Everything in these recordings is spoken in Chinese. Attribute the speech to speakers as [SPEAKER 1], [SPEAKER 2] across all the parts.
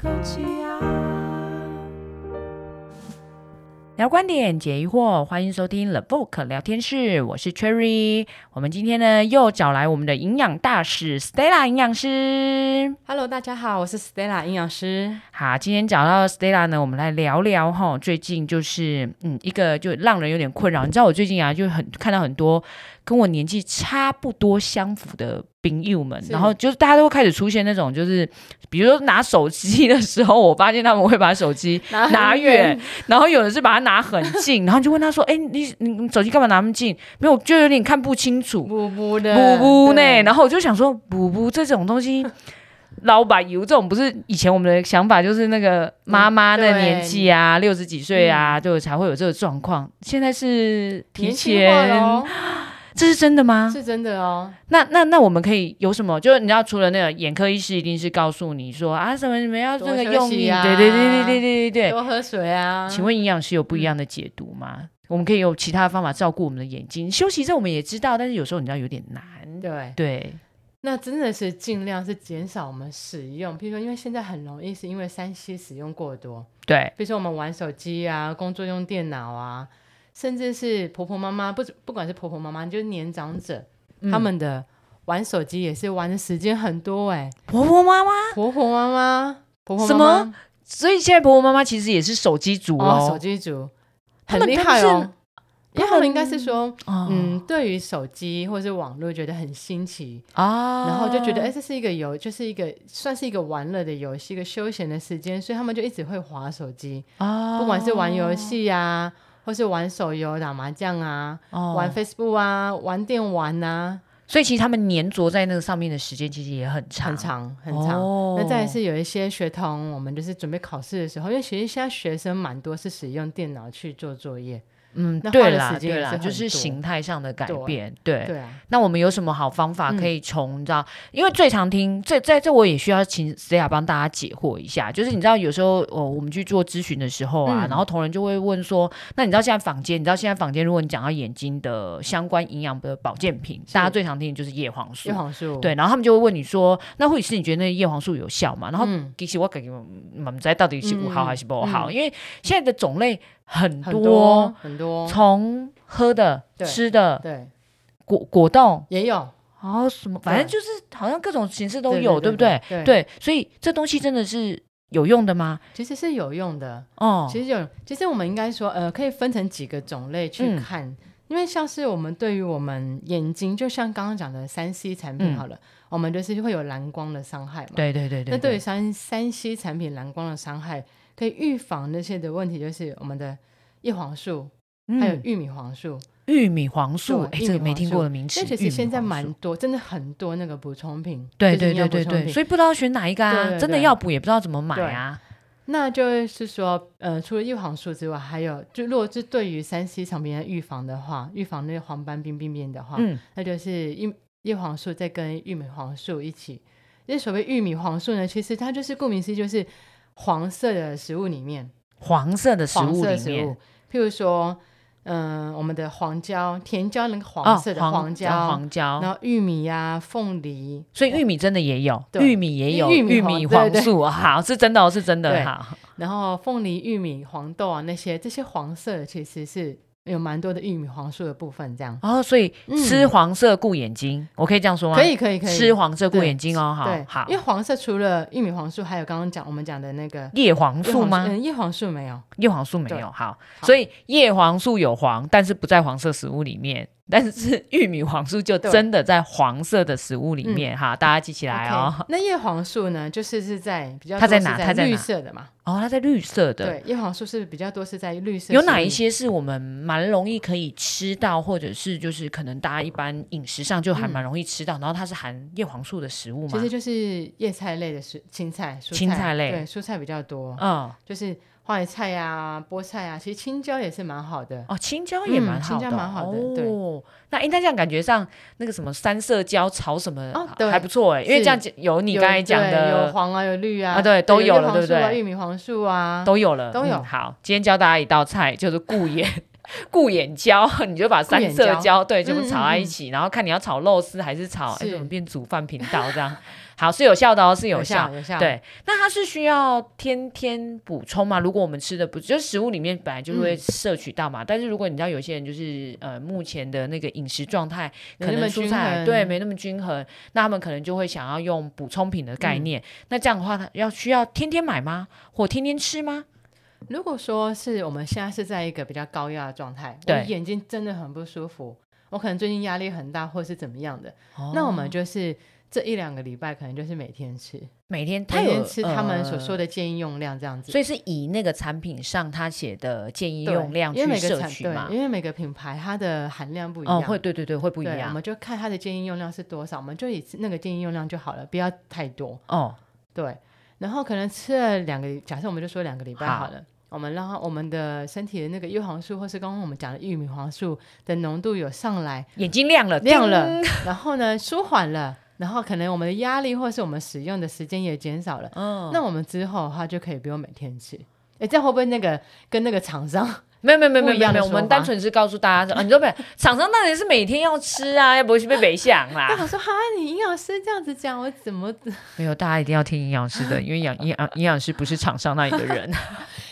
[SPEAKER 1] 空气啊。
[SPEAKER 2] 聊观点，解疑惑，欢迎收听 The Book 聊天室，我是 Cherry。我们今天呢又找来我们的营养大使 Stella 营养师。
[SPEAKER 1] Hello，大家好，我是 Stella 营养师。
[SPEAKER 2] 好，今天找到 Stella 呢，我们来聊聊哈，最近就是嗯一个就让人有点困扰。你知道我最近啊就很看到很多跟我年纪差不多相符的。朋友们，
[SPEAKER 1] 是
[SPEAKER 2] 然后就是大家都会开始出现那种，就是比如说拿手机的时候，我发现他们会把手机拿远，然后有人是把它拿很近，然后就问他说：“哎、你你你手机干嘛拿那么近？”没有，就有点看不清楚，
[SPEAKER 1] 补补的，
[SPEAKER 2] 补补呢。
[SPEAKER 1] 对
[SPEAKER 2] 然后我就想说，补补这种东西， 老板油这种不是以前我们的想法，就是那个妈妈的
[SPEAKER 1] 对嗯
[SPEAKER 2] 年纪啊，六十几岁啊，就才会有这个状况。现在是提
[SPEAKER 1] 年轻化了
[SPEAKER 2] 前，
[SPEAKER 1] 哦，
[SPEAKER 2] 这是真的吗？
[SPEAKER 1] 是真的哦。
[SPEAKER 2] 那那那我们可以有什么？就是你知道，除了那个眼科医师一定是告诉你说啊，什么你们要
[SPEAKER 1] 多
[SPEAKER 2] 那个
[SPEAKER 1] 休
[SPEAKER 2] 用
[SPEAKER 1] 息
[SPEAKER 2] 力，
[SPEAKER 1] 啊
[SPEAKER 2] 对对对对对对对对。
[SPEAKER 1] 多喝水啊。
[SPEAKER 2] 请问营养师有不一样的解读吗？我们可以有其他方法照顾我们的眼睛。休息这我们也知道，但是有时候你知道有点难。
[SPEAKER 1] 对，
[SPEAKER 2] 对，
[SPEAKER 1] 那真的是尽量是减少我们使用，譬如说，因为现在很容易是因为三 C 使用过多，
[SPEAKER 2] 对，
[SPEAKER 1] 比如说我们玩手机啊，工作用电脑啊，甚至是婆婆妈妈，不不管是婆婆妈妈，就是年长者，
[SPEAKER 2] 嗯
[SPEAKER 1] 他们的玩手机也是玩的时间很多哎、
[SPEAKER 2] 婆婆妈妈，
[SPEAKER 1] 婆婆妈妈，婆婆
[SPEAKER 2] 什
[SPEAKER 1] 妈
[SPEAKER 2] 么
[SPEAKER 1] 妈
[SPEAKER 2] 所以现在婆婆妈妈其实也是手机族
[SPEAKER 1] 哦，手
[SPEAKER 2] 喽。
[SPEAKER 1] 机族
[SPEAKER 2] 他
[SPEAKER 1] 很
[SPEAKER 2] 们
[SPEAKER 1] 厉害
[SPEAKER 2] 他们
[SPEAKER 1] 哦。因为他们应该是说，
[SPEAKER 2] 哦
[SPEAKER 1] 嗯，对于手机或者是网络觉得很新奇，
[SPEAKER 2] 啊
[SPEAKER 1] 然后就觉得，哎、这是一个游，就是一个算是一个玩乐的游戏，一个休闲的时间，所以他们就一直会划手机，
[SPEAKER 2] 啊
[SPEAKER 1] 不管是玩游戏啊，或是玩手游、打麻将啊，
[SPEAKER 2] 哦
[SPEAKER 1] 玩 Facebook 啊，玩电玩啊，
[SPEAKER 2] 所以其实他们粘着在那个上面的时间其实也很长，
[SPEAKER 1] 很长很长。
[SPEAKER 2] 哦
[SPEAKER 1] 那再来是有一些学童，我们就是准备考试的时候，因为其实现在学生蛮多是使用电脑去做作业，
[SPEAKER 2] 嗯，
[SPEAKER 1] 那
[SPEAKER 2] 对
[SPEAKER 1] 花的
[SPEAKER 2] 啦，
[SPEAKER 1] 时间
[SPEAKER 2] 对
[SPEAKER 1] 也
[SPEAKER 2] 啦，
[SPEAKER 1] 是
[SPEAKER 2] 就
[SPEAKER 1] 很
[SPEAKER 2] 是
[SPEAKER 1] 多
[SPEAKER 2] 形态上的改
[SPEAKER 1] 对
[SPEAKER 2] 变，对。
[SPEAKER 1] 对啊，
[SPEAKER 2] 那我们有什么好方法
[SPEAKER 1] 嗯
[SPEAKER 2] 可以从、你知道？因为最常听这在这我也需要请 Stella 帮大家解惑一下，就是你知道有时候哦我们去做咨询的时候啊，
[SPEAKER 1] 嗯
[SPEAKER 2] 然后同仁就会问说，那你知道现在坊间，你知道现在坊间如果你讲到眼睛的相关营养的保健品，
[SPEAKER 1] 是
[SPEAKER 2] 大家最常听的就是叶黄素
[SPEAKER 1] 叶。黄素，
[SPEAKER 2] 对，然后他们就会问你说，那护理师你觉得那叶黄素有效吗？然后
[SPEAKER 1] 嗯，
[SPEAKER 2] 其实我感觉我们在到底是不好还是不好，
[SPEAKER 1] 嗯嗯
[SPEAKER 2] 因为现在的种类很
[SPEAKER 1] 很多
[SPEAKER 2] 多，
[SPEAKER 1] 很多，
[SPEAKER 2] 从喝的、
[SPEAKER 1] 对
[SPEAKER 2] 吃的、
[SPEAKER 1] 对，
[SPEAKER 2] 果果冻，
[SPEAKER 1] 也有
[SPEAKER 2] 然后哦什么，反正
[SPEAKER 1] 对
[SPEAKER 2] 就是好像各种形式都有，对不对？？
[SPEAKER 1] 对，
[SPEAKER 2] 对，所以这东西真的是有用的吗？
[SPEAKER 1] 其实是有用的。
[SPEAKER 2] 哦，
[SPEAKER 1] 其实有，其实我们应该说，呃，可以分成几个种类去
[SPEAKER 2] 嗯
[SPEAKER 1] 看，因为像是我们对于我们眼睛，就像刚刚讲的三 C 产品
[SPEAKER 2] 嗯
[SPEAKER 1] 好了，我们就是会有蓝光的伤害嘛。
[SPEAKER 2] 对对对对，
[SPEAKER 1] 那对于三三 C 产品蓝光的伤害，可以预防那些的问题，就是我们的叶黄素，
[SPEAKER 2] 嗯
[SPEAKER 1] 还有玉米黄素。
[SPEAKER 2] 玉米黄素，哎，
[SPEAKER 1] 对玉米
[SPEAKER 2] 这个没
[SPEAKER 1] 黄
[SPEAKER 2] 听
[SPEAKER 1] 素
[SPEAKER 2] 过的名词
[SPEAKER 1] 这，其
[SPEAKER 2] 玉
[SPEAKER 1] 实
[SPEAKER 2] 米
[SPEAKER 1] 现在
[SPEAKER 2] 黄素
[SPEAKER 1] 蛮多，真的很多那个补充品，
[SPEAKER 2] 对
[SPEAKER 1] 就是
[SPEAKER 2] 对
[SPEAKER 1] 营养
[SPEAKER 2] 对对
[SPEAKER 1] 补充
[SPEAKER 2] 对，
[SPEAKER 1] 品
[SPEAKER 2] 所以不知道选哪一个啊，
[SPEAKER 1] 对对
[SPEAKER 2] 真的
[SPEAKER 1] 对
[SPEAKER 2] 要补也不知道怎么买
[SPEAKER 1] 对
[SPEAKER 2] 啊。
[SPEAKER 1] 那就是说，呃，除了叶黄素之外，还有就如果是对于三 C 产品的预防的话，预防那个黄斑病病变的话，
[SPEAKER 2] 嗯，
[SPEAKER 1] 那就是叶叶黄素再跟玉米黄素一起。因为所谓玉米黄素呢，其实它就是顾名思义，就是黄色的食物里面，
[SPEAKER 2] 黄色的食
[SPEAKER 1] 黄
[SPEAKER 2] 物
[SPEAKER 1] 色的
[SPEAKER 2] 里
[SPEAKER 1] 食
[SPEAKER 2] 面
[SPEAKER 1] 物，，譬如说，嗯、我们的黄椒、甜椒那个黄色的
[SPEAKER 2] 哦
[SPEAKER 1] 黄椒，
[SPEAKER 2] 啊黄椒，
[SPEAKER 1] 然后玉米呀、凤梨，
[SPEAKER 2] 所以玉米真的也有，
[SPEAKER 1] 对
[SPEAKER 2] 玉米也有
[SPEAKER 1] 玉米
[SPEAKER 2] 玉
[SPEAKER 1] 黄
[SPEAKER 2] 米
[SPEAKER 1] 对
[SPEAKER 2] 黄
[SPEAKER 1] 对
[SPEAKER 2] 素， 好，是真的哦，是真的，
[SPEAKER 1] 对
[SPEAKER 2] 好，
[SPEAKER 1] 然后凤梨、玉米、黄豆啊那些，这些黄色的其实是有蛮多的玉米黄素的部分，这样
[SPEAKER 2] 哦，所以
[SPEAKER 1] 嗯
[SPEAKER 2] 吃黄色顾眼睛，我可以这样说吗？
[SPEAKER 1] 可以可以可以
[SPEAKER 2] 吃黄色顾眼睛哦，好
[SPEAKER 1] 对
[SPEAKER 2] 好
[SPEAKER 1] 因，为黄色除了玉米黄素，还有刚刚讲我们讲的那个
[SPEAKER 2] 叶黄
[SPEAKER 1] 叶
[SPEAKER 2] 素
[SPEAKER 1] 黄
[SPEAKER 2] 吗？
[SPEAKER 1] 嗯，叶黄素没有，
[SPEAKER 2] 叶黄素没
[SPEAKER 1] 对
[SPEAKER 2] 有，好，
[SPEAKER 1] 好
[SPEAKER 2] 所以叶黄素有黄，但是不在黄色食物里面，但是玉米黄素就
[SPEAKER 1] 对嗯
[SPEAKER 2] 真的在黄色的食物里面，哈，大家记起来
[SPEAKER 1] OK，
[SPEAKER 2] 哦。
[SPEAKER 1] 那叶黄素呢，就是是在比较
[SPEAKER 2] 它在
[SPEAKER 1] 多是
[SPEAKER 2] 哪它在
[SPEAKER 1] 绿
[SPEAKER 2] 哪
[SPEAKER 1] 色的嘛？
[SPEAKER 2] 哦，它在绿色的，
[SPEAKER 1] 对，叶黄素是比较多是在绿色。
[SPEAKER 2] 有哪一？些是我们蛮容易可以吃到，或者是就是可能大家一般饮食上就还蛮容易吃到，然后它是含叶黄素的食物
[SPEAKER 1] 嗯其
[SPEAKER 2] 吗？
[SPEAKER 1] 实就是叶菜类的蔬青菜、蔬菜
[SPEAKER 2] 青菜类
[SPEAKER 1] 对，蔬菜比较多，
[SPEAKER 2] 嗯，
[SPEAKER 1] 就是花椰菜啊、菠菜啊，其实青椒也是蛮好的。
[SPEAKER 2] 哦，青椒也
[SPEAKER 1] 嗯
[SPEAKER 2] 蛮好的哦，
[SPEAKER 1] 青椒蛮好的对
[SPEAKER 2] 哦，那哎，那这样感觉上那个什么三色椒炒什么、
[SPEAKER 1] 哦对
[SPEAKER 2] 还不错哎，因为
[SPEAKER 1] 是
[SPEAKER 2] 这样讲有你刚才讲
[SPEAKER 1] 有对有
[SPEAKER 2] 的
[SPEAKER 1] 黄啊，有绿啊，
[SPEAKER 2] 啊对都有了
[SPEAKER 1] 有叶黄素
[SPEAKER 2] 对
[SPEAKER 1] 啊
[SPEAKER 2] 不对
[SPEAKER 1] 玉米黄素啊，
[SPEAKER 2] 都有了，
[SPEAKER 1] 都有
[SPEAKER 2] 嗯好，今天教大家一道菜就是顾眼 顾眼椒， 你就把三色
[SPEAKER 1] 顾眼椒
[SPEAKER 2] 对，全部
[SPEAKER 1] 嗯
[SPEAKER 2] 炒在一起，然后看你要炒肉丝还是炒，哎，
[SPEAKER 1] 是
[SPEAKER 2] 怎么变煮饭频道这样？好，是有效的哦，是有效。
[SPEAKER 1] 有效，
[SPEAKER 2] 对，那它是需要天天补充吗？如果我们吃的不，就是食物里面本来就会
[SPEAKER 1] 嗯
[SPEAKER 2] 摄取到嘛。但是如果你知道有些人就是呃目前的那个饮食状态，
[SPEAKER 1] 没
[SPEAKER 2] 可
[SPEAKER 1] 那
[SPEAKER 2] 能
[SPEAKER 1] 么
[SPEAKER 2] 蔬
[SPEAKER 1] 均
[SPEAKER 2] 菜
[SPEAKER 1] 衡
[SPEAKER 2] 对没那么均衡，那他们可能就会想要用补充品的
[SPEAKER 1] 嗯
[SPEAKER 2] 概念。那这样的话，它要需要天天买吗？或天天吃吗？
[SPEAKER 1] 如果说是我们现在是在一个比较高压的状态，我
[SPEAKER 2] 对
[SPEAKER 1] 眼睛真的很不舒服，我可能最近压力很大，或是怎么样的，
[SPEAKER 2] 哦
[SPEAKER 1] 那我们就是这一两个礼拜可能就是每天吃，
[SPEAKER 2] 每天他
[SPEAKER 1] 每
[SPEAKER 2] 有
[SPEAKER 1] 天吃他们所说
[SPEAKER 2] 的。
[SPEAKER 1] 的建议用量这样子。
[SPEAKER 2] 所以是以那个产品上他写的建议
[SPEAKER 1] 对
[SPEAKER 2] 呃用量去
[SPEAKER 1] 因为每个
[SPEAKER 2] 摄
[SPEAKER 1] 产
[SPEAKER 2] 取嘛
[SPEAKER 1] 对，？因为每个品牌它的含量不一样，
[SPEAKER 2] 哦，会，对对对，会不一
[SPEAKER 1] 对我
[SPEAKER 2] 样
[SPEAKER 1] 们就看它的建议用量是多少，我们就以那个建议用量就好了，不要太多。
[SPEAKER 2] 哦。
[SPEAKER 1] 对，然后可能吃了两个，假设我们就说两个礼拜
[SPEAKER 2] 好
[SPEAKER 1] 好了。我们让它我们的身体的那个叶黄素，或是刚刚我们讲的玉米黄素的浓度有上来，
[SPEAKER 2] 眼睛亮了，
[SPEAKER 1] 亮
[SPEAKER 2] 叮
[SPEAKER 1] 了，然后呢舒缓了，然后可能我们的压力或是我们使用的时间也减少了。
[SPEAKER 2] 嗯，
[SPEAKER 1] 那我们之后的话就可以不用每天吃。哎，这样会不会那个跟那个厂商？
[SPEAKER 2] 没有没有没有没
[SPEAKER 1] 不一样
[SPEAKER 2] 有没
[SPEAKER 1] 的
[SPEAKER 2] 有，我
[SPEAKER 1] 说
[SPEAKER 2] 们
[SPEAKER 1] 法
[SPEAKER 2] 单纯是告诉大家，啊，你说没有，厂商当然是每天要吃啊，要不是被啊北向
[SPEAKER 1] 我
[SPEAKER 2] 啦。
[SPEAKER 1] 想说哈，你营养师这样子讲，我怎么？
[SPEAKER 2] 没有，大家一定要听营养师 的，因为养营养营养师不是厂商那里的人。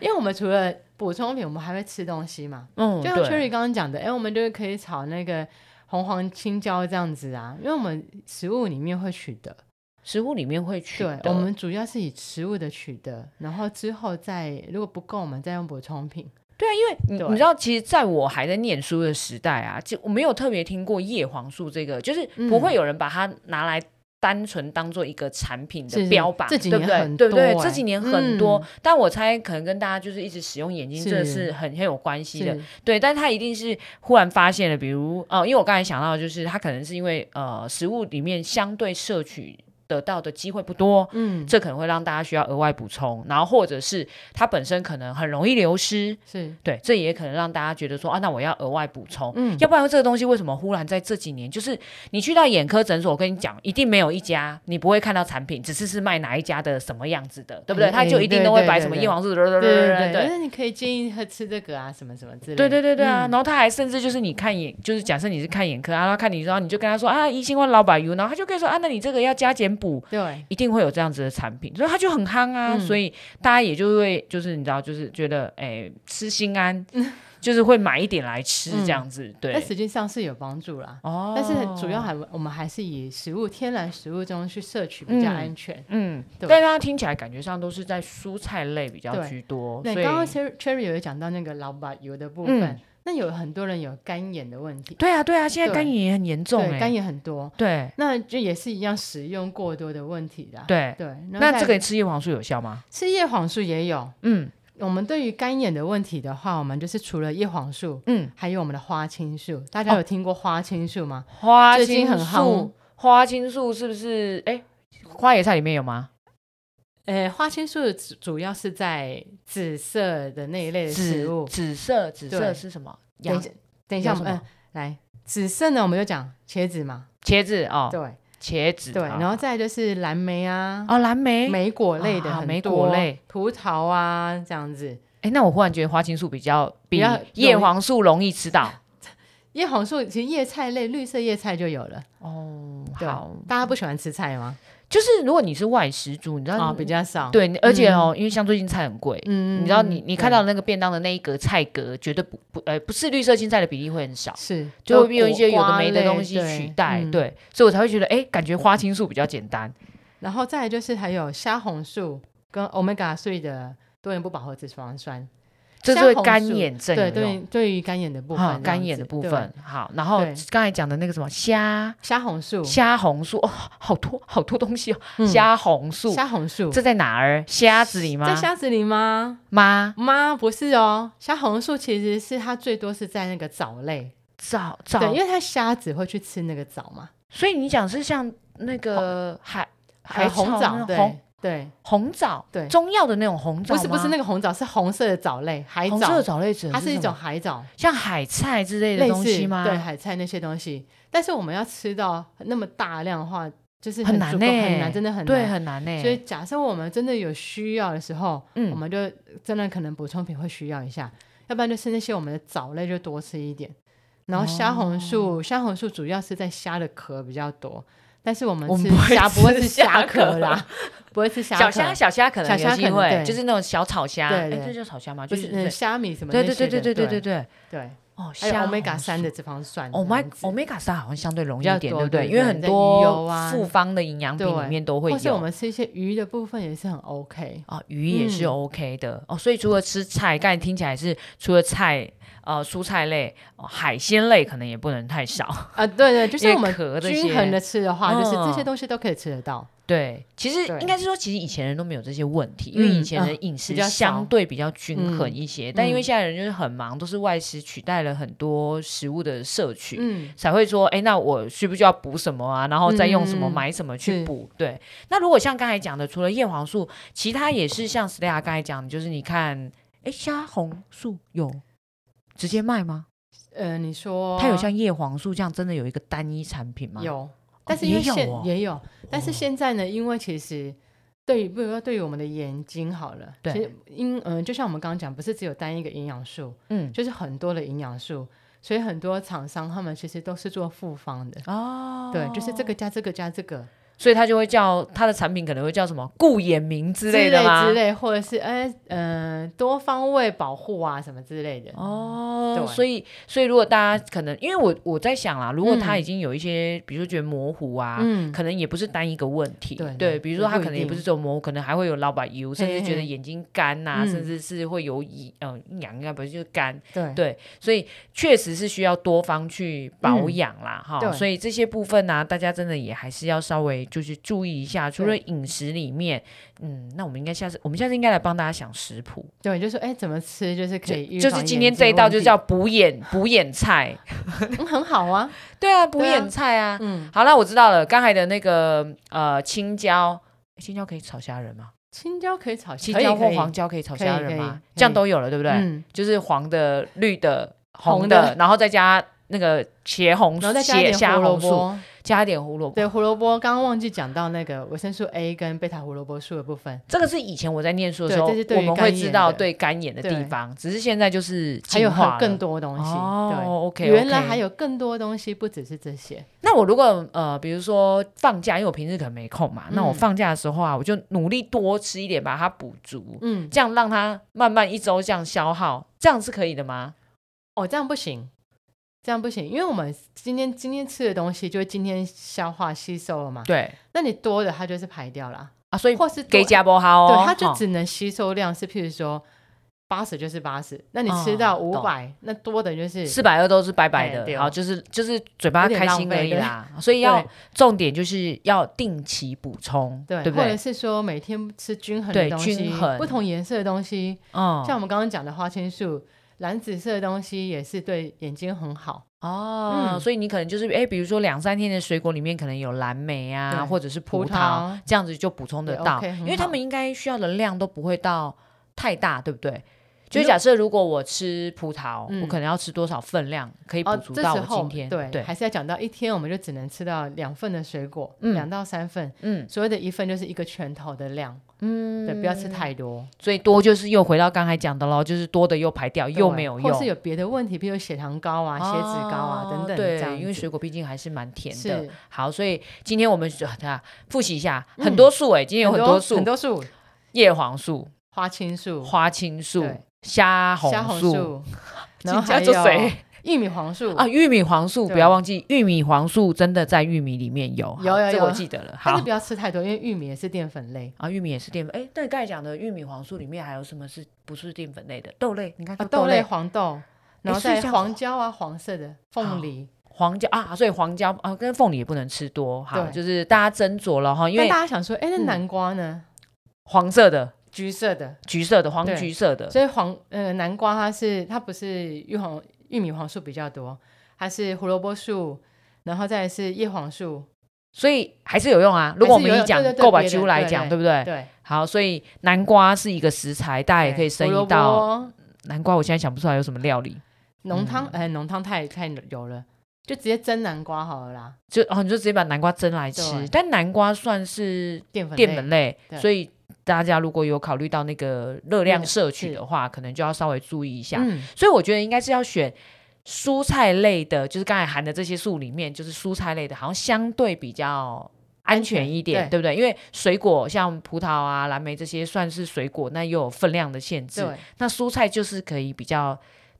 [SPEAKER 1] 因为我们除了补充品，我们还会吃东西嘛。
[SPEAKER 2] 嗯，
[SPEAKER 1] 就像 Cherry
[SPEAKER 2] 对，
[SPEAKER 1] 刚刚讲的，哎，我们就是可以炒那个红黄青椒这样子啊，因为我们食物里面会取得，
[SPEAKER 2] 食物里面会取
[SPEAKER 1] 对
[SPEAKER 2] 的，，
[SPEAKER 1] 我们主要是以食物的取得，然后之后再如果不够，我们再用补充品。
[SPEAKER 2] 对啊，因为你
[SPEAKER 1] 对
[SPEAKER 2] 你知道，其实在我还在念书的时代啊，就我没有特别听过叶黄素这个，就是不
[SPEAKER 1] 嗯
[SPEAKER 2] 会有人把它拿来。单纯当做一个产品
[SPEAKER 1] 是
[SPEAKER 2] 的
[SPEAKER 1] 是
[SPEAKER 2] 标榜，
[SPEAKER 1] 这几
[SPEAKER 2] 对不
[SPEAKER 1] 年
[SPEAKER 2] 对？
[SPEAKER 1] 很
[SPEAKER 2] 对不对？
[SPEAKER 1] 多
[SPEAKER 2] 这
[SPEAKER 1] 欸
[SPEAKER 2] 几年很多，
[SPEAKER 1] 嗯
[SPEAKER 2] 但我猜可能跟大家就是一直使用眼睛，
[SPEAKER 1] 是
[SPEAKER 2] 这是很很有关系的。
[SPEAKER 1] 是
[SPEAKER 2] 对，但他一定是忽然发现了，比如呃，因为我刚才想到，就是他可能是因为呃，食物里面相对摄取得到的机会不多，
[SPEAKER 1] 嗯，
[SPEAKER 2] 这可能会让大家需要额外补充，然后或者是它本身可能很容易流失，
[SPEAKER 1] 是，
[SPEAKER 2] 对，这也可能让大家觉得说啊，那我要额外补充。
[SPEAKER 1] 嗯，
[SPEAKER 2] 要不然这个东西为什么忽然在这几年，就是你去到眼科诊所，我跟你讲，一定没有一家你不会看到产品，只是是卖哪一家的什么样子的，对不对？
[SPEAKER 1] 哎
[SPEAKER 2] 他就
[SPEAKER 1] 哎
[SPEAKER 2] 一定
[SPEAKER 1] 对
[SPEAKER 2] 都会
[SPEAKER 1] 对
[SPEAKER 2] 摆
[SPEAKER 1] 对
[SPEAKER 2] 什么
[SPEAKER 1] 对
[SPEAKER 2] 叶黄素，对对
[SPEAKER 1] 对对
[SPEAKER 2] 对
[SPEAKER 1] 对，那你可以建议他吃这个啊，什么什么之类的。
[SPEAKER 2] 对对对对啊，
[SPEAKER 1] 嗯
[SPEAKER 2] 然后他还甚至就是你看眼，就是假设你是看眼科啊，他看你，然后你就跟他说啊，一星万老百油，然后他就可以说啊，那你这个要加减补，
[SPEAKER 1] 对，
[SPEAKER 2] 一定会有这样子的产品，所以他就很夯啊，
[SPEAKER 1] 嗯
[SPEAKER 2] 所以大家也就会就是你知道，就是觉得哎、吃心 安，就是会买一点来吃
[SPEAKER 1] 嗯
[SPEAKER 2] 这样子，
[SPEAKER 1] 那
[SPEAKER 2] 对，
[SPEAKER 1] 实际上是有帮助啦。
[SPEAKER 2] 哦
[SPEAKER 1] 但是主要还我们还是以食物天然食物中去摄取比较
[SPEAKER 2] 嗯
[SPEAKER 1] 安全。
[SPEAKER 2] 嗯，
[SPEAKER 1] 对
[SPEAKER 2] 但是它听起来感觉上都是在蔬菜类比较
[SPEAKER 1] 对
[SPEAKER 2] 居多，
[SPEAKER 1] 对，
[SPEAKER 2] 所以
[SPEAKER 1] 刚刚 Cherry Cherry 有讲到那个老板油的部分，
[SPEAKER 2] 嗯
[SPEAKER 1] 那有很多人有干眼的问题，
[SPEAKER 2] 对啊对啊，现在
[SPEAKER 1] 对
[SPEAKER 2] 肝炎也很严重哎、
[SPEAKER 1] 对，干眼很多，
[SPEAKER 2] 对
[SPEAKER 1] 那就也是一样食用过多的问题啦。
[SPEAKER 2] 对，
[SPEAKER 1] 对，
[SPEAKER 2] 那
[SPEAKER 1] 再
[SPEAKER 2] 这个吃叶黄素有效吗？
[SPEAKER 1] 吃叶黄素也有。
[SPEAKER 2] 嗯
[SPEAKER 1] 我们对于干眼的问题的话，我们就是除了叶黄素，
[SPEAKER 2] 嗯。
[SPEAKER 1] 还有我们的花青素。大
[SPEAKER 2] 哦
[SPEAKER 1] 家有听过花青素吗？
[SPEAKER 2] 花
[SPEAKER 1] 最
[SPEAKER 2] 青
[SPEAKER 1] 近很夯
[SPEAKER 2] 素，花青素是不是？哎，花椰菜里面有吗？
[SPEAKER 1] 呃，花青素主主要是在紫色的那一类的食物。
[SPEAKER 2] 紫色，紫色
[SPEAKER 1] 对
[SPEAKER 2] 是什么？
[SPEAKER 1] 等一
[SPEAKER 2] 洋
[SPEAKER 1] 下，等一下，
[SPEAKER 2] 有
[SPEAKER 1] 我
[SPEAKER 2] 什
[SPEAKER 1] 们、
[SPEAKER 2] 么
[SPEAKER 1] 呃、来紫色呢，我们就讲茄子嘛，
[SPEAKER 2] 茄子哦，
[SPEAKER 1] 对
[SPEAKER 2] 茄子
[SPEAKER 1] 对，
[SPEAKER 2] 好
[SPEAKER 1] 然后再来就是蓝莓啊，
[SPEAKER 2] 哦，蓝莓。
[SPEAKER 1] 莓果类的
[SPEAKER 2] 啊
[SPEAKER 1] 很
[SPEAKER 2] 莓
[SPEAKER 1] 多
[SPEAKER 2] 果类，
[SPEAKER 1] 葡萄啊这样子。
[SPEAKER 2] 哎，那我忽然觉得花青素比较
[SPEAKER 1] 比
[SPEAKER 2] 比
[SPEAKER 1] 较
[SPEAKER 2] 叶
[SPEAKER 1] 容易
[SPEAKER 2] 黄素容易吃到。
[SPEAKER 1] 叶黄素其实叶菜类，绿色叶菜就有了。
[SPEAKER 2] 哦，
[SPEAKER 1] 对
[SPEAKER 2] 好，
[SPEAKER 1] 大家不喜欢吃菜吗？
[SPEAKER 2] 哦就是如果你是外食族，你知
[SPEAKER 1] 啊、
[SPEAKER 2] 道
[SPEAKER 1] 比较少。，
[SPEAKER 2] 对，而且哦，因为像最近菜很贵。
[SPEAKER 1] 嗯
[SPEAKER 2] 你知道你你看
[SPEAKER 1] 对
[SPEAKER 2] 到那个便当的那一格菜格，绝对不不呃不是绿色青菜的比例会很少，
[SPEAKER 1] 是
[SPEAKER 2] 就会有一些有的没的
[SPEAKER 1] 果
[SPEAKER 2] 东西
[SPEAKER 1] 瓜类
[SPEAKER 2] 取代，
[SPEAKER 1] 嗯
[SPEAKER 2] 对，所以我才会觉得，哎，感觉花青素比较简单，
[SPEAKER 1] 然后再来就是还有虾红素跟 omega 3的多元不饱和脂肪酸，
[SPEAKER 2] 这是
[SPEAKER 1] 像
[SPEAKER 2] 会
[SPEAKER 1] 红
[SPEAKER 2] 干
[SPEAKER 1] 素
[SPEAKER 2] 眼症有
[SPEAKER 1] 对
[SPEAKER 2] 没有
[SPEAKER 1] 对，对于干眼的部
[SPEAKER 2] 哈
[SPEAKER 1] 分，
[SPEAKER 2] 干眼的部
[SPEAKER 1] 这样
[SPEAKER 2] 分
[SPEAKER 1] 子。
[SPEAKER 2] 好，然后
[SPEAKER 1] 对
[SPEAKER 2] 刚才讲的那个什么虾
[SPEAKER 1] 对虾红素、
[SPEAKER 2] 虾红素，哦，好多好多东西哦，
[SPEAKER 1] 嗯
[SPEAKER 2] 虾红素，
[SPEAKER 1] 虾红素
[SPEAKER 2] 这在哪儿？虾子里吗？
[SPEAKER 1] 在虾子里吗？
[SPEAKER 2] 吗？
[SPEAKER 1] 妈，不是哦，虾红素其实是它最多是在那个藻类，
[SPEAKER 2] 藻
[SPEAKER 1] 对，
[SPEAKER 2] 藻
[SPEAKER 1] 因，为它虾子会去吃那个藻嘛，
[SPEAKER 2] 所以你讲是像那个海海
[SPEAKER 1] 呃红
[SPEAKER 2] 草那
[SPEAKER 1] 藻，
[SPEAKER 2] 种
[SPEAKER 1] 对
[SPEAKER 2] 红
[SPEAKER 1] 对，
[SPEAKER 2] 红藻，
[SPEAKER 1] 对
[SPEAKER 2] 中药的那种红藻
[SPEAKER 1] 不
[SPEAKER 2] 吗，
[SPEAKER 1] 是不是那
[SPEAKER 2] 个
[SPEAKER 1] 个红藻，是红色的藻类，海
[SPEAKER 2] 红色的
[SPEAKER 1] 藻，
[SPEAKER 2] 藻类指的
[SPEAKER 1] 它是一
[SPEAKER 2] 什
[SPEAKER 1] 种
[SPEAKER 2] 么
[SPEAKER 1] 海藻，
[SPEAKER 2] 像海菜之类的
[SPEAKER 1] 类
[SPEAKER 2] 东西
[SPEAKER 1] 似
[SPEAKER 2] 吗？
[SPEAKER 1] 对，海菜那些东西，但是我们要吃到那么大量的话，就是
[SPEAKER 2] 很
[SPEAKER 1] 很
[SPEAKER 2] 难
[SPEAKER 1] 足够
[SPEAKER 2] 呢
[SPEAKER 1] 很难，真的很
[SPEAKER 2] 对，
[SPEAKER 1] 难。
[SPEAKER 2] 很难欸呢。
[SPEAKER 1] 所以假设我们真的有需要的时候，我
[SPEAKER 2] 嗯，
[SPEAKER 1] 们就真的可能补充品会需要一下。要不然就是那些我们的藻类就多吃一点。然后虾红素，
[SPEAKER 2] 哦
[SPEAKER 1] 虾红素主要是在虾的壳比较多，但是我们
[SPEAKER 2] 我们
[SPEAKER 1] 吃
[SPEAKER 2] 不会
[SPEAKER 1] 虾不会
[SPEAKER 2] 吃
[SPEAKER 1] 吃
[SPEAKER 2] 虾
[SPEAKER 1] 虾
[SPEAKER 2] 壳
[SPEAKER 1] 壳啦，不会吃虾
[SPEAKER 2] 小
[SPEAKER 1] 壳，
[SPEAKER 2] 虾小虾可能
[SPEAKER 1] 小
[SPEAKER 2] 有
[SPEAKER 1] 虾
[SPEAKER 2] 机
[SPEAKER 1] 可能
[SPEAKER 2] 会，
[SPEAKER 1] 对
[SPEAKER 2] 就是那种小草虾，
[SPEAKER 1] 对
[SPEAKER 2] 哎，
[SPEAKER 1] 对
[SPEAKER 2] 这叫草虾吗？
[SPEAKER 1] 不
[SPEAKER 2] 就是是
[SPEAKER 1] 嗯虾米什么
[SPEAKER 2] 对
[SPEAKER 1] 那
[SPEAKER 2] 对
[SPEAKER 1] 些
[SPEAKER 2] 对对对
[SPEAKER 1] 的
[SPEAKER 2] 对对
[SPEAKER 1] 对
[SPEAKER 2] 对，
[SPEAKER 1] 对，
[SPEAKER 2] 哦，
[SPEAKER 1] 还有
[SPEAKER 2] 虾
[SPEAKER 1] omega
[SPEAKER 2] 红
[SPEAKER 1] 三
[SPEAKER 2] 素
[SPEAKER 1] 的脂肪酸
[SPEAKER 2] 欧
[SPEAKER 1] 这
[SPEAKER 2] 麦
[SPEAKER 1] 样子
[SPEAKER 2] 欧米伽三好像相对容易
[SPEAKER 1] 比较
[SPEAKER 2] 一点，
[SPEAKER 1] 多
[SPEAKER 2] 对不对？
[SPEAKER 1] 对
[SPEAKER 2] 因为
[SPEAKER 1] 对
[SPEAKER 2] 很
[SPEAKER 1] 在鱼油
[SPEAKER 2] 多
[SPEAKER 1] 啊
[SPEAKER 2] 复方的营养品里
[SPEAKER 1] 对
[SPEAKER 2] 面都会
[SPEAKER 1] 或是我
[SPEAKER 2] 有
[SPEAKER 1] 们吃一些鱼的部分也是很 OK。
[SPEAKER 2] 啊，鱼也是
[SPEAKER 1] 嗯
[SPEAKER 2] OK 的、哦。所以除了吃菜，刚才听起来是除了菜，呃，蔬菜类、哦海鲜类可能也不能太少。
[SPEAKER 1] 啊，对对，就
[SPEAKER 2] 因
[SPEAKER 1] 是
[SPEAKER 2] 为
[SPEAKER 1] 我们
[SPEAKER 2] 壳这些
[SPEAKER 1] 均衡的吃的话，就是这
[SPEAKER 2] 嗯
[SPEAKER 1] 些东西都可以吃得到。
[SPEAKER 2] 对，其实
[SPEAKER 1] 对
[SPEAKER 2] 应该是说，其实以前人都没有这些问题，因为
[SPEAKER 1] 嗯
[SPEAKER 2] 以前
[SPEAKER 1] 啊
[SPEAKER 2] 的饮食
[SPEAKER 1] 比较少
[SPEAKER 2] 相对比较均衡一些，但因为
[SPEAKER 1] 嗯
[SPEAKER 2] 现在人就是很忙，都是外食取代了很多食物的摄取，
[SPEAKER 1] 嗯，
[SPEAKER 2] 才会说，哎，那我需不需要补什么啊？然后再用什么
[SPEAKER 1] 嗯嗯嗯
[SPEAKER 2] 买什么去
[SPEAKER 1] 是
[SPEAKER 2] 补？对。那如果像刚才讲的，除了叶黄素，其他也是像 Stella 刚才讲的，就是你看，哎，虾红素有直接卖吗？
[SPEAKER 1] 呃，你说
[SPEAKER 2] 它有像叶黄素这样真的有一个单一产品吗？
[SPEAKER 1] 有，但是因为
[SPEAKER 2] 也有
[SPEAKER 1] 现
[SPEAKER 2] 哦
[SPEAKER 1] 也有，但是现在呢，因为其实对于，比如说对于我们的眼睛好了，
[SPEAKER 2] 对
[SPEAKER 1] 其实因嗯、就像我们刚刚讲，不是只有单一个营养素，
[SPEAKER 2] 嗯
[SPEAKER 1] 就是很多的营养素，所以很多厂商他们其实都是做复方的。
[SPEAKER 2] 哦，
[SPEAKER 1] 对，就是这，个加这个加这个
[SPEAKER 2] 所以它就会叫它的产品可能会叫什么顾眼明之
[SPEAKER 1] 之
[SPEAKER 2] 类的吗？
[SPEAKER 1] 之类，或者是哎嗯、呃多方位保护啊什么之类的。
[SPEAKER 2] 哦，
[SPEAKER 1] 对
[SPEAKER 2] 所以所以如果大家可能，因为我我在想啦，如果他
[SPEAKER 1] 嗯
[SPEAKER 2] 已经有一些，比如说觉得模糊啊，
[SPEAKER 1] 嗯，
[SPEAKER 2] 可能也不是单一个问题，
[SPEAKER 1] 对
[SPEAKER 2] 比如说
[SPEAKER 1] 也
[SPEAKER 2] 他
[SPEAKER 1] 不一
[SPEAKER 2] 可能也不
[SPEAKER 1] 定
[SPEAKER 2] 是只有模糊，可能还会有老板油，甚至
[SPEAKER 1] 嘿嘿
[SPEAKER 2] 觉得眼睛干呐、
[SPEAKER 1] 嗯
[SPEAKER 2] 甚至是会有痒，呃，痒应该不是就是干，
[SPEAKER 1] 对
[SPEAKER 2] 对，所以确实是需要多方去保
[SPEAKER 1] 嗯
[SPEAKER 2] 养啦，哈，
[SPEAKER 1] 对
[SPEAKER 2] 所以这些部分呢、啊大家真的也还是要稍微就是注意一下，除了饮食里面，嗯，那我们应该下次，我们下次应该来帮大家想食谱，
[SPEAKER 1] 对，就说哎怎么吃就是可以预
[SPEAKER 2] 就
[SPEAKER 1] 防
[SPEAKER 2] 是今
[SPEAKER 1] 眼
[SPEAKER 2] 天
[SPEAKER 1] 睛
[SPEAKER 2] 这一
[SPEAKER 1] 问
[SPEAKER 2] 道就
[SPEAKER 1] 题
[SPEAKER 2] 叫补眼补眼菜，
[SPEAKER 1] 嗯很好 啊，
[SPEAKER 2] 对啊，补
[SPEAKER 1] 对啊
[SPEAKER 2] 眼菜啊，
[SPEAKER 1] 嗯，
[SPEAKER 2] 好，那我知道了。刚才的那个呃青椒，青椒可以炒虾仁吗？
[SPEAKER 1] 青椒可以炒，
[SPEAKER 2] 青
[SPEAKER 1] 可以
[SPEAKER 2] 椒或
[SPEAKER 1] 可以嗯
[SPEAKER 2] 黄椒可以炒虾仁
[SPEAKER 1] 可以可以可
[SPEAKER 2] 吗
[SPEAKER 1] 以？
[SPEAKER 2] 这样都有了，对不对？
[SPEAKER 1] 嗯，
[SPEAKER 2] 就是黄的、绿的、红
[SPEAKER 1] 红
[SPEAKER 2] 的，
[SPEAKER 1] 的
[SPEAKER 2] 然后再加那个茄红
[SPEAKER 1] 然后再加一
[SPEAKER 2] 茄
[SPEAKER 1] 点
[SPEAKER 2] 虾
[SPEAKER 1] 胡萝
[SPEAKER 2] 红素，
[SPEAKER 1] 卜。
[SPEAKER 2] 加一点胡萝卜。
[SPEAKER 1] 对，胡萝卜刚刚忘记讲到那个维生素 A 跟贝塔胡萝卜素的部分，
[SPEAKER 2] 这个是以前我在念书的时候，
[SPEAKER 1] 对这是对于
[SPEAKER 2] 我们会
[SPEAKER 1] 干眼
[SPEAKER 2] 知道
[SPEAKER 1] 的
[SPEAKER 2] 对干眼的地
[SPEAKER 1] 对
[SPEAKER 2] 方，只是现在就是
[SPEAKER 1] 还有
[SPEAKER 2] 进化
[SPEAKER 1] 很
[SPEAKER 2] 了
[SPEAKER 1] 更多东西。
[SPEAKER 2] 哦，OK，
[SPEAKER 1] 对，原来还
[SPEAKER 2] 有。
[SPEAKER 1] 有更多东西，不只是这些。
[SPEAKER 2] 那我如果呃，比如说放假，因为我平时可能没空嘛，那我
[SPEAKER 1] 嗯
[SPEAKER 2] 放假的时候啊，我就努力多吃一点，把它补足。
[SPEAKER 1] 嗯，
[SPEAKER 2] 这样让它慢慢一周这样消耗，这样是可以的吗？
[SPEAKER 1] 哦，这样不行，这样不行，因为我们今天今天吃的东西，就是今天消化吸收了嘛。
[SPEAKER 2] 对
[SPEAKER 1] 那你多的它就是排掉了，
[SPEAKER 2] 啊，所以
[SPEAKER 1] 或是多
[SPEAKER 2] 给加波哈哦，
[SPEAKER 1] 对，它就
[SPEAKER 2] 哈
[SPEAKER 1] 只能吸收量是，譬如说八十就是八十，那你
[SPEAKER 2] 哦
[SPEAKER 1] 吃到五
[SPEAKER 2] 懂
[SPEAKER 1] 百，那多的就是
[SPEAKER 2] 四百二都是白白
[SPEAKER 1] 哎对
[SPEAKER 2] 的，
[SPEAKER 1] 哦
[SPEAKER 2] 好，就是就是嘴巴
[SPEAKER 1] 有点
[SPEAKER 2] 开心
[SPEAKER 1] 浪
[SPEAKER 2] 而
[SPEAKER 1] 费
[SPEAKER 2] 已啦。所以要
[SPEAKER 1] 对
[SPEAKER 2] 重点就是要定期补充，
[SPEAKER 1] 对，
[SPEAKER 2] 对不
[SPEAKER 1] 或者
[SPEAKER 2] 对？
[SPEAKER 1] 是说每天吃均衡
[SPEAKER 2] 对
[SPEAKER 1] 的东西，
[SPEAKER 2] 均衡
[SPEAKER 1] 不同颜色的东西，
[SPEAKER 2] 嗯
[SPEAKER 1] 像我们刚刚讲的花青素、蓝紫色的东西也是对眼睛很好。
[SPEAKER 2] 哦，
[SPEAKER 1] 嗯
[SPEAKER 2] 所以你可能就是哎，比如说两三天的水果里面可能有蓝莓啊，
[SPEAKER 1] 对
[SPEAKER 2] 或者是葡
[SPEAKER 1] 葡
[SPEAKER 2] 萄
[SPEAKER 1] 萄，
[SPEAKER 2] 这样子就补充得
[SPEAKER 1] 也
[SPEAKER 2] 到，
[SPEAKER 1] OK，很
[SPEAKER 2] 因为他
[SPEAKER 1] 好
[SPEAKER 2] 们应该需要的量都不会到太大，对不对？就是
[SPEAKER 1] 如
[SPEAKER 2] 假设如果我吃葡萄，我
[SPEAKER 1] 嗯
[SPEAKER 2] 可能要吃多少分量可以补
[SPEAKER 1] 哦，
[SPEAKER 2] 足
[SPEAKER 1] 这
[SPEAKER 2] 到
[SPEAKER 1] 时
[SPEAKER 2] 我今
[SPEAKER 1] 候
[SPEAKER 2] 天？
[SPEAKER 1] 对还是要讲到一天，我们就只能吃到两份的水果，
[SPEAKER 2] 嗯
[SPEAKER 1] 两到三份，
[SPEAKER 2] 嗯
[SPEAKER 1] 所谓的一份就是一个拳头的量，
[SPEAKER 2] 嗯
[SPEAKER 1] 对，不要吃太多，
[SPEAKER 2] 所以多就是又回到刚才讲的咯，就是多的又排掉，又
[SPEAKER 1] 对
[SPEAKER 2] 没有
[SPEAKER 1] 或是
[SPEAKER 2] 用。哦
[SPEAKER 1] 有别的问题，比如血糖高啊、血脂高啊等等，
[SPEAKER 2] 对
[SPEAKER 1] 这，样
[SPEAKER 2] 因为
[SPEAKER 1] 子
[SPEAKER 2] 水果毕竟还是蛮甜的
[SPEAKER 1] 是。
[SPEAKER 2] 好，所以今天我们就啊复习一下，
[SPEAKER 1] 嗯
[SPEAKER 2] 很多素哎、今天有
[SPEAKER 1] 很
[SPEAKER 2] 多素，
[SPEAKER 1] 很多素，
[SPEAKER 2] 叶黄素、
[SPEAKER 1] 花青素、
[SPEAKER 2] 花青素
[SPEAKER 1] 对、
[SPEAKER 2] 虾
[SPEAKER 1] 虾红
[SPEAKER 2] 素，
[SPEAKER 1] 素，然 后
[SPEAKER 2] 加
[SPEAKER 1] 还
[SPEAKER 2] 就谁
[SPEAKER 1] 有玉米黄素
[SPEAKER 2] 啊，玉米黄素，
[SPEAKER 1] 对
[SPEAKER 2] 不要忘记，玉米黄素真的在玉米里面有，好
[SPEAKER 1] 有有
[SPEAKER 2] 这我
[SPEAKER 1] 有
[SPEAKER 2] 记得了。
[SPEAKER 1] 但
[SPEAKER 2] 好
[SPEAKER 1] 是不要吃太多，因为玉米也是淀粉类。
[SPEAKER 2] 啊，玉米也是淀粉，哎，对，刚才讲的玉米黄素里面还有什么是不是淀粉类的？豆类，你看就
[SPEAKER 1] 啊，豆
[SPEAKER 2] 类
[SPEAKER 1] 类、、黄豆，然后
[SPEAKER 2] 所以
[SPEAKER 1] 再
[SPEAKER 2] 像
[SPEAKER 1] 黄椒啊，黄色的凤梨。
[SPEAKER 2] 黄椒啊，所以黄椒啊跟凤梨也不能吃多，好，
[SPEAKER 1] 对
[SPEAKER 2] 就是大家斟酌了哈，因
[SPEAKER 1] 但
[SPEAKER 2] 为
[SPEAKER 1] 大家想说，哎，那
[SPEAKER 2] 嗯
[SPEAKER 1] 南瓜呢？
[SPEAKER 2] 黄色的、
[SPEAKER 1] 橘色的，
[SPEAKER 2] 橘色的、黄
[SPEAKER 1] 对
[SPEAKER 2] 橘色的，
[SPEAKER 1] 所以黄呃南瓜它是它不是玉黄玉米黄素比较多，它是胡萝卜素，然后再来是叶黄素。
[SPEAKER 2] 所以还是有用啊。如果我们
[SPEAKER 1] 有
[SPEAKER 2] 以
[SPEAKER 1] 用
[SPEAKER 2] 讲
[SPEAKER 1] 对对对
[SPEAKER 2] 够把
[SPEAKER 1] 别的
[SPEAKER 2] 揪来
[SPEAKER 1] 对
[SPEAKER 2] 讲，
[SPEAKER 1] 对
[SPEAKER 2] 对不对？
[SPEAKER 1] 对，
[SPEAKER 2] 好，所以南瓜是一个食材，大家也可以
[SPEAKER 1] 胡
[SPEAKER 2] 生
[SPEAKER 1] 萝
[SPEAKER 2] 一道
[SPEAKER 1] 卜
[SPEAKER 2] 南瓜。我现在想不出来有什么料理，
[SPEAKER 1] 浓汤，
[SPEAKER 2] 嗯
[SPEAKER 1] 哎，浓汤太太油了，就直接蒸南瓜好了啦，
[SPEAKER 2] 就哦，你就直接把南瓜蒸来吃
[SPEAKER 1] 对。
[SPEAKER 2] 但南瓜算是
[SPEAKER 1] 淀粉
[SPEAKER 2] 淀粉
[SPEAKER 1] 类
[SPEAKER 2] 类，
[SPEAKER 1] 对
[SPEAKER 2] 所以大家如果有考虑到那个热量摄取的话，可能就要稍微注意一下。
[SPEAKER 1] 嗯，
[SPEAKER 2] 所以我觉得应该是要选蔬菜类的，就是刚才含的这些素里面，就是蔬菜类的，好像相对比较安全一点，
[SPEAKER 1] 安全
[SPEAKER 2] 对不对？因为水果像葡萄啊、蓝莓这些算是水果，那又有分量的限制，
[SPEAKER 1] 对
[SPEAKER 2] 那蔬菜就是可以比较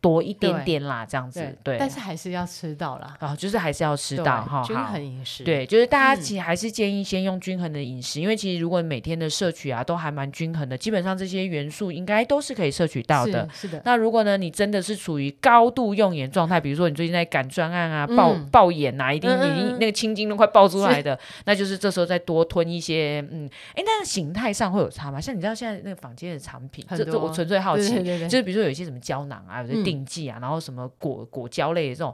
[SPEAKER 2] 多一点
[SPEAKER 1] 对
[SPEAKER 2] 点啦，这样子
[SPEAKER 1] 对
[SPEAKER 2] 对。
[SPEAKER 1] 但是还是要吃到啦，
[SPEAKER 2] 哦，就是还是要吃
[SPEAKER 1] 对
[SPEAKER 2] 到哈，
[SPEAKER 1] 均
[SPEAKER 2] 好
[SPEAKER 1] 衡饮食，
[SPEAKER 2] 对，就是大家
[SPEAKER 1] 嗯
[SPEAKER 2] 其实还是建议先用均衡的饮食，因为其实如果你每天的摄取啊都还蛮均衡的，基本上这些元素应该都是可以摄取到
[SPEAKER 1] 是
[SPEAKER 2] 的。
[SPEAKER 1] 是的，
[SPEAKER 2] 那如果呢，你真的是处于高度用眼状态，比如说你最近在赶专案啊，爆、
[SPEAKER 1] 嗯
[SPEAKER 2] 爆眼啊，一定
[SPEAKER 1] 嗯嗯
[SPEAKER 2] 已经
[SPEAKER 1] 嗯
[SPEAKER 2] 那个青筋都快爆出来的，那就是这时候再多吞一些，嗯，哎，那形态上会有差吗？像你知道现在那个坊间的产品，
[SPEAKER 1] 很
[SPEAKER 2] 这这我
[SPEAKER 1] 多
[SPEAKER 2] 纯粹好
[SPEAKER 1] 对
[SPEAKER 2] 奇，
[SPEAKER 1] 对对对
[SPEAKER 2] 就是比如说有一些什么胶囊啊，有些
[SPEAKER 1] 嗯
[SPEAKER 2] 定剂啊，然后什么果果胶类的这种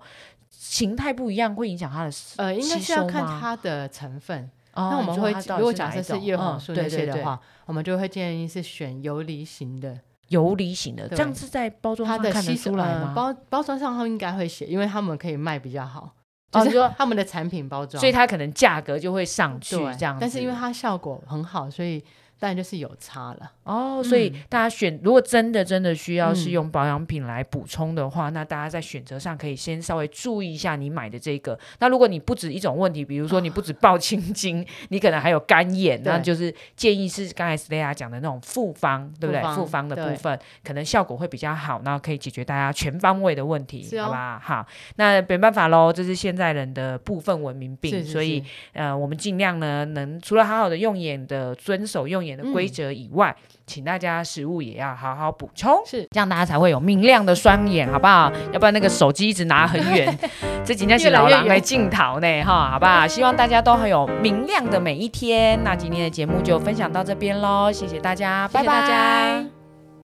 [SPEAKER 2] 形态不一样，会影响它的食。
[SPEAKER 1] 呃，应该
[SPEAKER 2] 吸
[SPEAKER 1] 是要
[SPEAKER 2] 收
[SPEAKER 1] 看
[SPEAKER 2] 吗
[SPEAKER 1] 它的成分。
[SPEAKER 2] 哦
[SPEAKER 1] 那我
[SPEAKER 2] 你
[SPEAKER 1] 们
[SPEAKER 2] 说
[SPEAKER 1] 会
[SPEAKER 2] 它，到
[SPEAKER 1] 如
[SPEAKER 2] 底
[SPEAKER 1] 果
[SPEAKER 2] 是
[SPEAKER 1] 假
[SPEAKER 2] 哪
[SPEAKER 1] 设
[SPEAKER 2] 一
[SPEAKER 1] 是
[SPEAKER 2] 种
[SPEAKER 1] 叶黄
[SPEAKER 2] 嗯
[SPEAKER 1] 素
[SPEAKER 2] 对
[SPEAKER 1] 那
[SPEAKER 2] 对
[SPEAKER 1] 些的
[SPEAKER 2] 对
[SPEAKER 1] 话，我们就会建议是选游离型的，
[SPEAKER 2] 游离型的，这
[SPEAKER 1] 对
[SPEAKER 2] 样是在包装
[SPEAKER 1] 它
[SPEAKER 2] 上
[SPEAKER 1] 的
[SPEAKER 2] 看
[SPEAKER 1] 吸
[SPEAKER 2] 得
[SPEAKER 1] 收
[SPEAKER 2] 出来
[SPEAKER 1] 呃
[SPEAKER 2] 吗？
[SPEAKER 1] 包包装上他们应该会写，因为他们可以卖比较好，
[SPEAKER 2] 哦
[SPEAKER 1] 就
[SPEAKER 2] 你
[SPEAKER 1] 是
[SPEAKER 2] 说
[SPEAKER 1] 他们的产品包装，
[SPEAKER 2] 所以它可能价格就会上去
[SPEAKER 1] 对
[SPEAKER 2] 这样子。
[SPEAKER 1] 但是因为它效果很好，所以当然就是有差了。
[SPEAKER 2] 哦，所以
[SPEAKER 1] 嗯
[SPEAKER 2] 大家选，如果真的真的需要是
[SPEAKER 1] 嗯
[SPEAKER 2] 用保养品来补充的话，那大家在选择上可以先稍微注意一下你买的这个。那如果你不止一种问题，比如说你不止爆青筋，你可能还有干眼，
[SPEAKER 1] 啊对
[SPEAKER 2] 那就是建议是刚才 Stella 讲的那种复方，对不对
[SPEAKER 1] 复？方
[SPEAKER 2] 复方的
[SPEAKER 1] 对
[SPEAKER 2] 部分可能效果会比较好，那可以解决大家全方位的问题，
[SPEAKER 1] 是哦
[SPEAKER 2] 好吧？好，那没办法喽，这是现在人的部分文明病，
[SPEAKER 1] 是是
[SPEAKER 2] 所以
[SPEAKER 1] 是
[SPEAKER 2] 呃，我们尽量呢，能除了好好的用眼的遵守用眼
[SPEAKER 1] 嗯
[SPEAKER 2] 的规则以外，请大家食物也要好好补充，
[SPEAKER 1] 是
[SPEAKER 2] 这样大家才会有明亮的双眼，好不好？要不然那个手机一直拿很 远，这几天是老
[SPEAKER 1] 越来
[SPEAKER 2] 狼
[SPEAKER 1] 越远
[SPEAKER 2] 来镜头呢，哈，好不好？希望大家都很有明亮的每一天。那今天的节目就分享到这边喽，谢谢大家，
[SPEAKER 1] 谢
[SPEAKER 2] 拜
[SPEAKER 1] 谢
[SPEAKER 2] 拜
[SPEAKER 1] 大家。